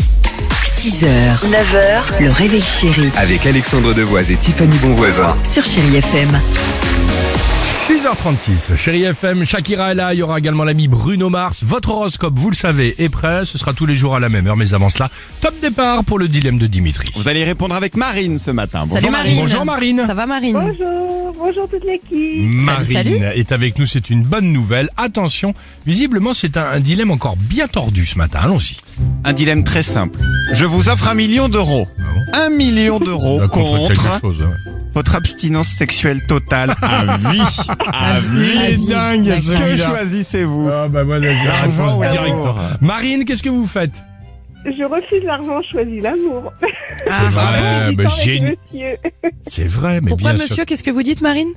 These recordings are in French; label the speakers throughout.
Speaker 1: 6h, 9h, le réveil chéri
Speaker 2: Avec Alexandre Devoise et Tiffany Bonvoisin.
Speaker 1: sur Chérie FM.
Speaker 3: 6h36, chérie FM, Shakira est là, il y aura également l'ami Bruno Mars. Votre horoscope, vous le savez, est prêt, ce sera tous les jours à la même heure, mais avant cela, top départ pour le dilemme de Dimitri.
Speaker 4: Vous allez répondre avec Marine ce matin. Bonjour
Speaker 5: Salut Marine.
Speaker 3: Bonjour Marine.
Speaker 5: Ça va Marine
Speaker 6: Bonjour, bonjour toute l'équipe.
Speaker 3: Marine
Speaker 5: salut.
Speaker 3: est avec nous, c'est une bonne nouvelle. Attention, visiblement c'est un, un dilemme encore bien tordu ce matin, allons-y.
Speaker 4: Un dilemme très simple. Je vous offre un million d'euros. Un million d'euros
Speaker 3: Euh,
Speaker 4: Ah contre
Speaker 3: quelque chose. ouais.
Speaker 4: votre abstinence sexuelle totale à vie. À
Speaker 3: Il
Speaker 4: vie.
Speaker 3: est Eh dingue
Speaker 4: Que
Speaker 3: celui-là.
Speaker 4: choisissez-vous
Speaker 3: Ah bah voilà, j'ai la
Speaker 4: L'argent
Speaker 3: réponse
Speaker 4: ou
Speaker 3: directe.
Speaker 4: l'amour
Speaker 3: Marine, qu'est-ce que vous faites
Speaker 6: Je refuse l'argent, je choisis l'amour.
Speaker 4: Ah,
Speaker 3: vrai,
Speaker 6: Du
Speaker 3: bah,
Speaker 6: temps avec
Speaker 3: génie.
Speaker 6: monsieur.
Speaker 3: C'est vrai, mais
Speaker 5: Pourquoi
Speaker 3: bien sûr.
Speaker 5: monsieur Qu'est-ce que vous dites Marine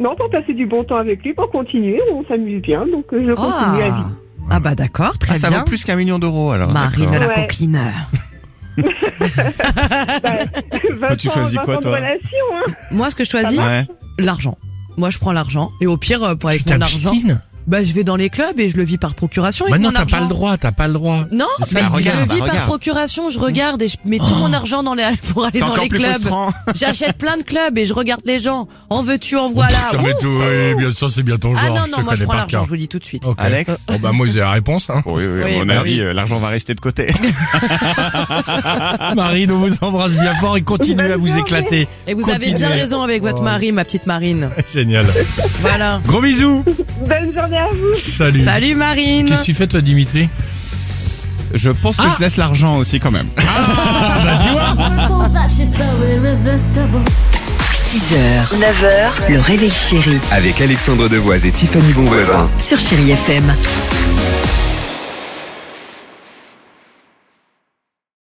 Speaker 6: Non, pour passer du bon temps avec lui, pour continuer, on s'amuse bien, donc euh, je continue à
Speaker 5: Ah.
Speaker 6: vivre.
Speaker 5: Ah bah d'accord, très
Speaker 4: Ah, ça
Speaker 5: bien.
Speaker 4: vaut plus qu'un million d'euros alors.
Speaker 5: Marine
Speaker 4: D'accord.
Speaker 5: la
Speaker 6: Ouais.
Speaker 5: coquine.
Speaker 6: Bah,
Speaker 4: tu choisis quoi, toi
Speaker 6: relation, hein.
Speaker 5: Moi ce que je choisis,
Speaker 4: Ouais.
Speaker 5: l'argent. Moi je prends l'argent et au pire euh, pour
Speaker 3: Tu
Speaker 5: avec mon argent,
Speaker 3: t'abstines
Speaker 5: bah je vais dans les clubs et je le vis par procuration avec
Speaker 3: Maintenant
Speaker 5: mon
Speaker 3: t'as
Speaker 5: argent.
Speaker 3: pas le droit, t'as pas le droit.
Speaker 5: Non,
Speaker 3: C'est ça,
Speaker 5: mais
Speaker 4: bah,
Speaker 5: je
Speaker 4: regarde,
Speaker 5: le
Speaker 4: bah,
Speaker 5: vis par
Speaker 4: regarde.
Speaker 5: procuration, je regarde et je mets tout
Speaker 3: Oh.
Speaker 5: mon argent dans les pour aller
Speaker 4: C'est
Speaker 5: dans
Speaker 4: encore
Speaker 5: les
Speaker 4: plus
Speaker 5: clubs.
Speaker 4: frustrant.
Speaker 5: J'achète plein de clubs et je regarde les gens. En veux-tu, en voilà.
Speaker 3: Ça met
Speaker 5: Ouh.
Speaker 3: tout, oui, bien sûr, c'est bien ton genre.
Speaker 5: ah non non,
Speaker 3: connais
Speaker 5: moi je prends
Speaker 3: par
Speaker 5: l'argent,
Speaker 3: cœur.
Speaker 5: je vous le dis tout de suite.
Speaker 3: Ok.
Speaker 4: Alex
Speaker 3: Bon, bah, moi, j'ai la réponse, hein.
Speaker 4: Oui, oui,
Speaker 5: Oui,
Speaker 4: à mon
Speaker 5: bah
Speaker 4: avis,
Speaker 5: oui.
Speaker 4: euh, l'argent va rester de côté.
Speaker 3: Marine, on Ah, vous embrasse bien fort et continuez à vous éclater.
Speaker 5: Et vous avez
Speaker 3: Continuez.
Speaker 5: bien raison avec votre
Speaker 3: Oh.
Speaker 5: mari, ma petite Marine.
Speaker 3: Génial.
Speaker 5: Voilà.
Speaker 3: Gros bisous.
Speaker 6: Bonne journée à vous.
Speaker 3: Salut.
Speaker 5: Salut Marine.
Speaker 3: Qu'est-ce que tu fais, toi, Dimitri
Speaker 4: Je pense que
Speaker 3: Ah.
Speaker 4: je laisse l'argent aussi quand même.
Speaker 7: She's so irresistible.
Speaker 1: 6h, 9h, le réveil chéri
Speaker 2: Avec Alexandre Devoise et Tiffany Bonvoisin.
Speaker 1: sur Chérie FM.